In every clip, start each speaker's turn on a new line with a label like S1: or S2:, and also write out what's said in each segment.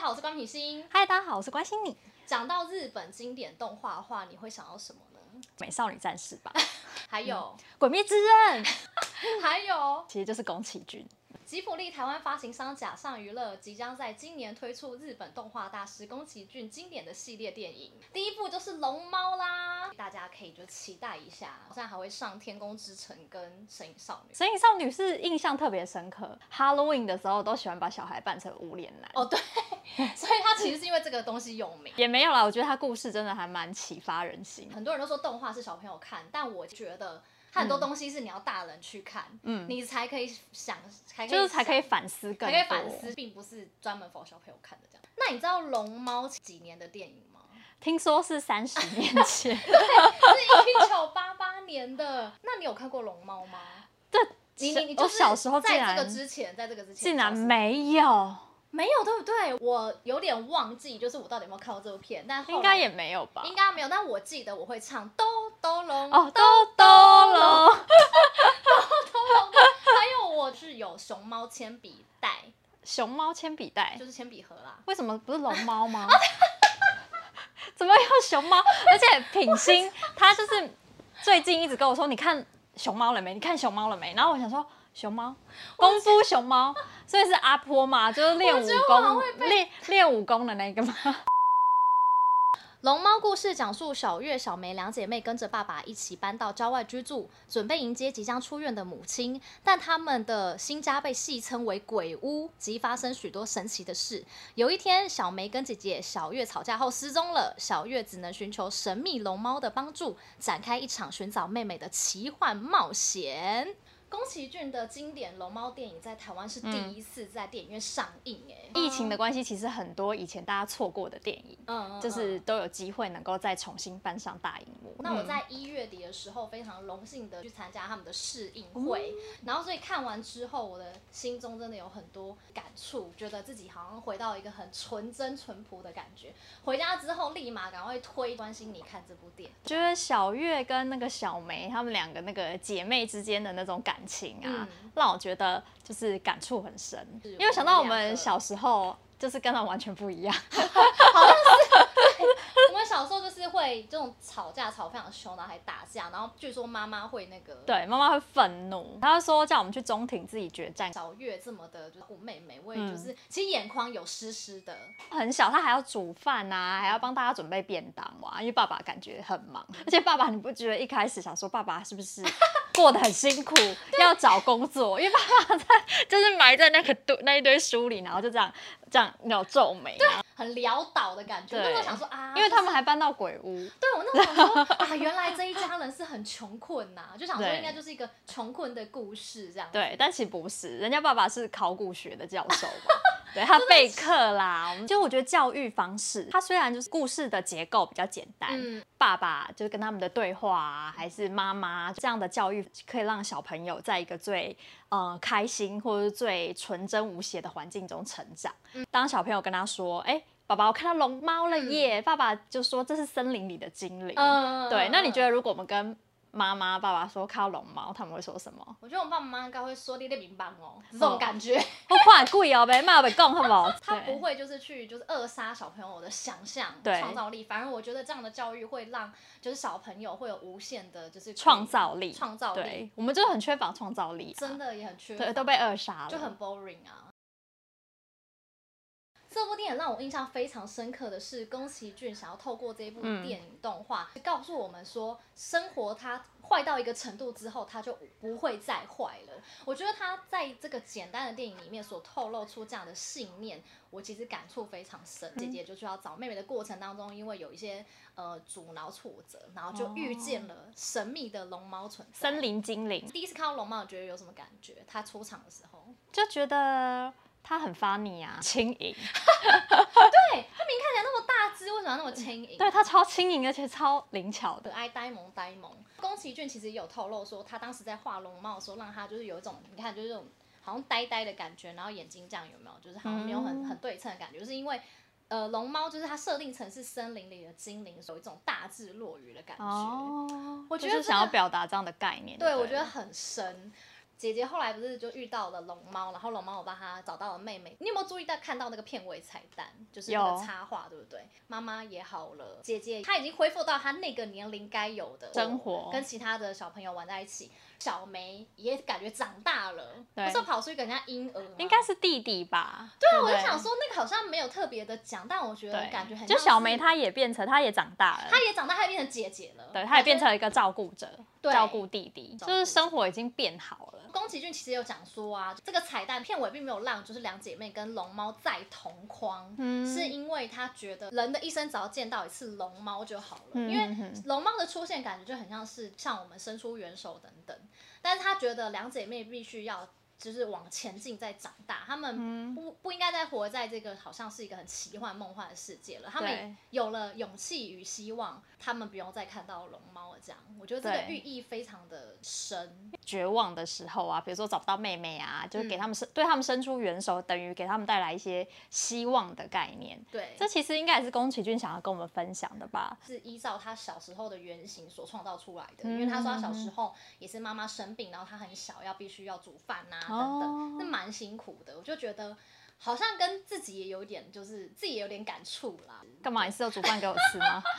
S1: 好，我是关品欣。
S2: 嗨，大家好，我是关心你。
S1: 讲到日本经典动画的话，你会想到什么呢？
S2: 美少女战士吧，
S1: 还有，
S2: 鬼灭之刃，嗯
S1: 还有，
S2: 其实就是宫崎骏。
S1: 吉卜力台湾发行商假上娱乐即将在今年推出日本动画大师宫崎骏经典的系列电影，第一部就是《龙猫》啦，大家可以就期待一下。好像还会上《天空之城》跟《神隐少 女》。
S2: 神隐少女是印象特别深刻，Halloween 的时候都喜欢把小孩扮成无脸男。
S1: 哦，对， 所以它其实是因为这个东西有名。
S2: 也没有啦，我觉得他故事真的还蛮启发人心。
S1: 很多人都说动画是小朋友看，但我觉得它很多东西是你要大人去看，
S2: 嗯
S1: 你才可以想，才可以
S2: 就是才可以
S1: 想
S2: 反思更
S1: 才
S2: 多，
S1: 可以反思，并不是专门 for 小朋友看的这样。那你知道《龙猫》几年的 电影吗？
S2: 听说是三十年前，
S1: 是一九八八年的。那你有看过《龙猫》吗？你你你就
S2: 我
S1: 是
S2: 小时候竟
S1: 在
S2: 然
S1: 这个之前，在这个之前
S2: 竟然
S1: 小时候
S2: 没有，
S1: 没有，对不对？我有点忘记，就是我到底有没有看过这部片，但后来
S2: 应该也没有吧？
S1: 应该没有。但我记得我会唱《兜兜龙》
S2: 哦，兜兜喽，
S1: 还有我是有熊猫铅笔 袋，
S2: 熊猫铅笔袋
S1: 就，是铅笔盒啦。
S2: 为什么不是龙猫 吗？怎么有熊猫？而且品 心他就是最近一直跟我说，你看熊猫了没？你看熊猫了没？然后我想说。熊猫，功夫熊猫，所以是阿坡嘛，就是练武
S1: 觉得我好会
S2: 功，练练武功的那个 嘛。
S1: 龙猫故事讲述小月、小梅两姐妹跟着爸爸一起搬到郊外居住，准备迎接即将出院的母亲。但他们的新家被戏称为“鬼屋”，即发生许多神奇的事。有一天，小梅跟姐姐小月吵架后失踪了，小月只能寻求神秘龙猫的帮助，展开一场寻找妹妹的奇幻冒险。宫崎骏的经典龙猫电影在台湾是
S2: 嗯
S1: 第一次在电影院上映、哎、
S2: 疫情的关系，其实很多以前大家错过的电影，
S1: 嗯，嗯
S2: 就是都有机会能够再重新搬上大荧幕。
S1: 那我
S2: 嗯
S1: 在一月底的时候，非常荣幸的去参加他们的试映
S2: 哦
S1: 会，然后所以看完之后，我的心中真的有很多感触，觉得自己好像回到一个很纯真淳朴的感觉。回家之后立马赶快推关心你看这部电影，
S2: 觉得小月跟那个小梅她们两个那个姐妹之间的那种感情啊，
S1: 嗯
S2: 让我觉得就是感触很深，
S1: 是
S2: 因为想到我
S1: 我们两
S2: 们
S1: 个
S2: 小时候就是跟她完全不一样。
S1: 我们小时候就是会这种吵架吵非常凶，然后还打架，然后据说妈妈会那个
S2: 对，妈妈会愤怒，她就说叫我们去中庭自己决战。
S1: 小月这么的就是顾妹妹，我也
S2: 嗯
S1: 就是、其实眼眶有湿湿的，
S2: 很小，她还要煮饭啊，还要帮大家准备便当啊，因为爸爸感觉很 忙，而且爸爸你不觉得一开始想说爸爸是不是 过得很辛苦，要找工作，因为爸爸在就是埋在那个堆那一堆书里，然后就这样这样那种皱眉啊，
S1: 很潦倒的感觉。那时候
S2: 对
S1: 想说啊，
S2: 因为
S1: 就
S2: 他
S1: 是
S2: 们还搬到鬼屋，
S1: 对我那时候想说啊，原来这一家人是很穷困呐、就想说
S2: 对
S1: 应该就是一个穷困的故事这样。
S2: 对，但其实不是，人家爸爸是考古学的教授 嘛。对他备课啦，我们就我觉得教育方式，他虽然就是故事的结构比较简单，
S1: 嗯
S2: 爸爸就是跟他们的对话啊，还是妈妈这样的教育，可以让小朋友在一个最呃开心或者是最纯真无邪的环境中成长。
S1: 嗯
S2: 当小朋友跟他说：“哎、爸爸，我看到龙猫了耶！”爸爸就说：“这是森林里的精灵。
S1: 嗯
S2: 对，那你觉
S1: 得？
S2: 得如果我们跟妈妈、爸爸说看到龙猫，他们会说什么？
S1: 我觉得我爸爸妈妈应该会说你的名帮哦，这种感觉。
S2: 我看贵哦，别骂别讲，好不好？
S1: 他不
S2: 对
S1: 会就是去就是扼杀小朋友的想象、
S2: 对
S1: 创造力，反而我觉得这样的教育会让就是小朋友会有无限的就是
S2: 创造力，
S1: 创造力，
S2: 对，我们就很缺乏创造力、啊，
S1: 真的也很缺乏
S2: 对，都被扼杀了，
S1: 就很 boring 啊。这部电影让我印象非常深刻的是，宫崎骏想要透过这部
S2: 嗯
S1: 电影动画，告诉我们说，生活它坏到一个程度之后，它就不会再坏了。我觉得他在这个简单的电影里面所透露出这样的信念，我其实感触非常深。姐
S2: 嗯
S1: 姐就去要找妹妹的过程当中，因为有一些呃阻挠挫折，然后就遇见了神秘的龙猫存在。
S2: 哦森林精灵，
S1: 第一次看到龙猫，你觉得有什么感觉？它出场的时候。
S2: 就觉得他很 funny 啊，轻盈，
S1: 对，它明明看起来那么大只，为什么要那么轻盈？
S2: 对他超轻盈，而且超灵巧
S1: 可
S2: 的，
S1: 爱呆萌呆萌。宫崎骏其实也有透露说，他当时在画龙猫的时候，让他就是有一种你看就是这种好像呆呆的感觉，然后眼睛这样有没有？就是好像没有很
S2: 嗯
S1: 很对称的感觉，就是因为。呃，龙猫就是它设定成是森林里的精灵，有一种大智若愚的感觉。
S2: 哦，
S1: 我觉得
S2: 就是
S1: 这
S2: 想要
S1: 个
S2: 表达这样的概念，
S1: 对，
S2: 不
S1: 我觉得很深。姐姐后来不是就遇到了龙猫，然后龙猫我帮她找到了妹妹。你有没有注意到看到那个片尾彩蛋，就是那个
S2: 有
S1: 插画，对不对？妈妈也好了，姐姐她已经恢复到她那个年龄该有的
S2: 生活
S1: 跟其他的小朋友玩在一起。小梅也感觉长大了，
S2: 对
S1: 不是跑出去给人家婴儿吗，
S2: 应该是弟弟吧？
S1: 对啊，
S2: 不
S1: 我就想说那个好像没有特别的讲，但我觉得
S2: 对，
S1: 感觉很
S2: 就
S1: 像
S2: 小
S1: 是
S2: 梅，她也变成，她也长大了，
S1: 她也长大，她也变成姐姐了，
S2: 对，她也变
S1: 我觉
S2: 成了一个照顾者，
S1: 对
S2: 照顾弟弟，
S1: 照
S2: 就
S1: 顾
S2: 是生活已经变好了
S1: 得。。宫崎骏其实有讲说啊，这个彩蛋片尾并没有让就是两姐妹跟龙猫再同框，
S2: 嗯
S1: 是因为他觉得人的一生只要见到一次龙猫就好了，
S2: 嗯嗯
S1: 因为
S2: 嗯
S1: 龙猫的出现感觉就很像是向我们伸出援手等等，但是他觉得两姐妹必须要。就是往前进，在长大，她
S2: 嗯
S1: 们不不应该再活在这个好像是一个很奇幻梦幻的世界了。她们
S2: 对
S1: 有了勇气与希望，她们不用再看到龙猫了。这样，我觉得这个
S2: 对
S1: 寓意非常的深。
S2: 绝望的时候啊，比如说找不到妹妹啊，就是给
S1: 嗯
S2: 他们伸、对他们伸出援手，等于给他们带来一些希望的概念。
S1: 对，
S2: 这其实应该也是宫崎骏想要跟我们分享的吧？
S1: 是依照他小时候的原型所创造出来的，因为他说他
S2: 嗯
S1: 小时候也是妈妈生病，然后他很小，要必须要煮饭呐、等等，
S2: 哦
S1: 那蛮辛苦的。我就觉得好像跟自己也有点，就是自己也有点感触啦。
S2: 干嘛？你是有煮饭给我吃吗？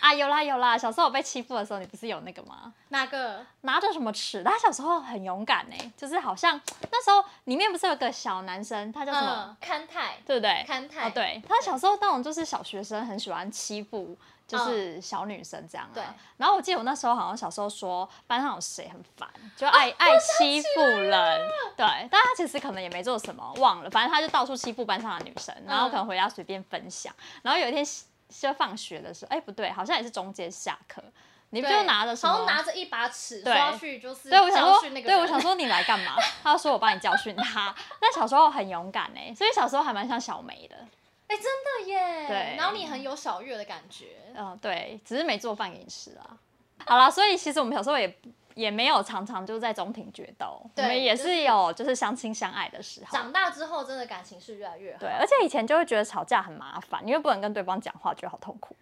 S2: 啊，有啦有啦，小时候我被欺负的时候，你不是有那个吗？
S1: 那个？
S2: 拿着什么尺？他小时候很勇敢哎、就是好像那时候里面不是有个小男生，他叫什么？
S1: 嗯，勘太，
S2: 对不对？
S1: 勘太
S2: 哦，对他小时候那种就是小学生很喜欢欺负，就是小女生这样啊。
S1: 嗯对
S2: 然后我记得我那时候好像小时候说班上有谁很烦，就
S1: 啊
S2: 爱、爱欺负人。对，但他其实可能也没做什么，忘了，反正他就到处欺负班上的女生，然后可能回家随便分享。然后有一天就放学的时候，哎、不对，好像也是中间下课，你不
S1: 对
S2: 就拿着什么？
S1: 好像拿着一把尺，说
S2: 对
S1: 要去就是
S2: 对，我想
S1: 教
S2: 说
S1: 训那，个
S2: 对，我
S1: 人
S2: 想，说你来干嘛？他说我帮你教训 他。但小时候很勇敢哎、所以小时候还蛮像小梅的。
S1: 哎、真的 耶。
S2: 对
S1: 然后你很有小月的感觉，
S2: 嗯，对，只是没做饭给你吃啊。好啦，所以其实我们小时候也也没有常常就在中庭决斗，我
S1: 对
S2: 们也
S1: 就是
S2: 有就是相亲相爱的时候。
S1: 长大之后真的感情是越来越好。
S2: 对，而且以前就会觉得吵架很麻烦，因为不能跟对方讲话，觉得好痛苦。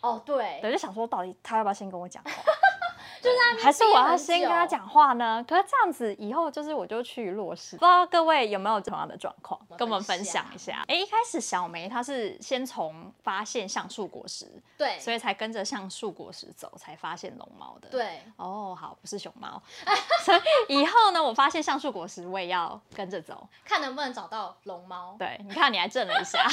S1: 哦，对，？
S2: 对，就想说到底他要不要先跟我讲话
S1: 就在那边
S2: 对还是我
S1: 憋
S2: 要
S1: 很
S2: 先跟
S1: 久
S2: 他讲话呢？可是这样子以后就是我就趋于弱势，不知道各位有没有同样的状况，跟我们分享一下。哎、一开始小梅她是先从发现橡树果实，
S1: 对，
S2: 所以才跟着橡树果实走，才发现龙猫的。。
S1: 对，
S2: 哦，好，不是熊猫。所以以后呢，我发现橡树果实我也要跟着走。
S1: 看能不能找到龙猫。
S2: 对，你看你还震了一下。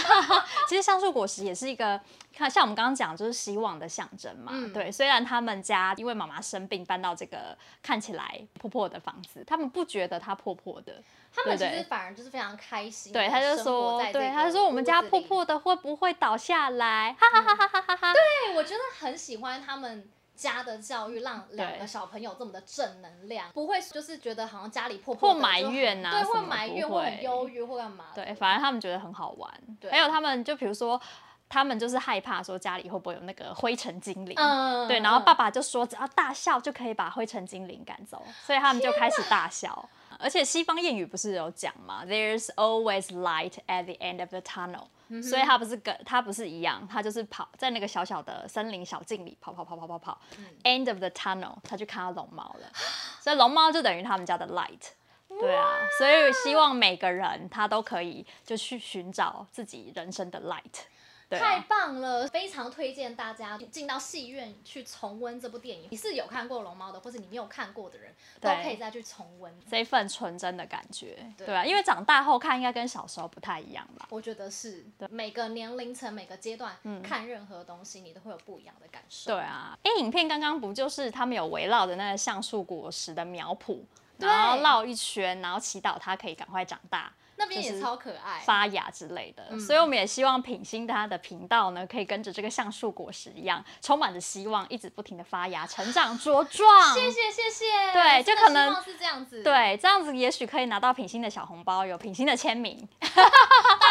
S2: 其实橡树果实也是一个，看像我们刚刚讲，就是希望的象征嘛。
S1: 嗯
S2: 对，虽然他们家因为妈妈生病搬到这个看起来破破的房子，他们不觉得它破破的。
S1: 他们其
S2: 对不
S1: 实
S2: 对
S1: 反而就是非常开心。
S2: 对，他就说，对，他就说我们家破破。的会不会倒下来？哈哈哈哈哈哈哈。
S1: 对，我觉得很喜欢他们。家的教育让两个
S2: 对
S1: 小朋友这么的正能量，不会就是觉得好像家里破破
S2: 或
S1: 的
S2: 埋
S1: 就很
S2: 怨啊
S1: 对，
S2: 什
S1: 会
S2: 么
S1: 埋
S2: 不
S1: 怨，或很
S2: 会
S1: 忧郁，或干嘛的？
S2: 对，反而他们觉得很好玩。
S1: 对
S2: 还有他们就比如说，他们就是害怕说家里会不会有那个灰尘精灵。
S1: 嗯，
S2: 对，然后爸
S1: 爸
S2: 爸就说只要大笑就可以把灰尘精灵赶走，所以他们就开始大笑。而且西方谚语不是有讲吗？There's always light at the end of the tunnel、所
S1: 嗯
S2: 以他不是跟他不是一样，他就是跑在那个小小的森林小径里跑跑跑跑跑跑、e
S1: 嗯
S2: n d of the tunnel，他就看到龙猫了，所以龙猫就等于他们家的 light。对 啊，所以希望每个人他都可以就去寻找自己人生的 light。对啊、
S1: 太棒了，非常推荐大家进到戏院去重温这部电影。你是有看过《龙猫》的，或者你没有看过的人，都
S2: 对
S1: 可以再去重温。
S2: 这一份纯真的感觉，
S1: 对
S2: 对啊吧、因为长大后看应该跟小时候不太一样吧。
S1: 我觉得是每个年龄层、每个阶段、看任何东西，你都会有不一样的感
S2: 嗯
S1: 受。
S2: 对啊，哎，影片刚刚不就是他们有围绕着那个橡树果实的苗圃，
S1: 对
S2: 然后绕一圈，然后祈祷它可以赶快长大、
S1: 那边也
S2: 就是
S1: 超可爱。
S2: 发芽之类的。
S1: 嗯
S2: 所以我们也希望品心它的频道呢，可以跟着这个橡树果实一样，充满着希望，一直不停的发芽、成长、茁壮。
S1: 谢谢谢谢，
S2: 对就
S1: 真的
S2: 可
S1: 希
S2: 能
S1: 望是这样子。，
S2: 对，这样子也许可以拿到品心的小红包，有品心的签名。
S1: 大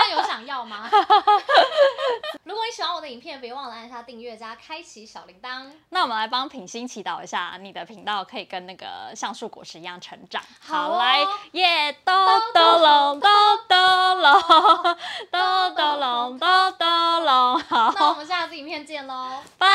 S1: 家有想要吗？如果你喜欢我的影片，别忘了按下订阅加开启小铃铛。
S2: 那我们来帮品心祈祷一下，你的频道可以跟那个橡树果实一样成长。
S1: 好哦
S2: 来，耶，哆哆隆， 哆哆隆，哆哆隆，哆哆隆，
S1: 那我
S2: 好，
S1: 们下次影片见喽。
S2: 拜。